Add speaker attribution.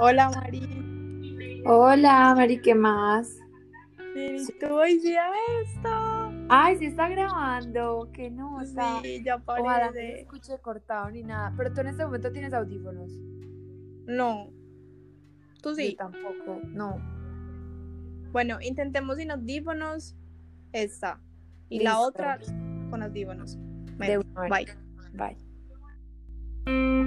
Speaker 1: Hola, Mari.
Speaker 2: Hola, Mari, ¿qué más?
Speaker 1: Mira, ¿y tú hoy sí a esto?
Speaker 2: Ay, se está grabando, qué nota.
Speaker 1: Sí, ya
Speaker 2: Ojalá no se
Speaker 1: parece.
Speaker 2: escuche cortado ni nada. Pero tú en este momento tienes audífonos.
Speaker 1: No. Tú
Speaker 2: Yo
Speaker 1: sí.
Speaker 2: tampoco, no.
Speaker 1: Bueno, intentemos sin audífonos. Esta. Y la
Speaker 2: Listo.
Speaker 1: otra con audífonos.
Speaker 2: De
Speaker 1: Bueno,
Speaker 2: una, Mari.
Speaker 1: bye.
Speaker 2: Bye.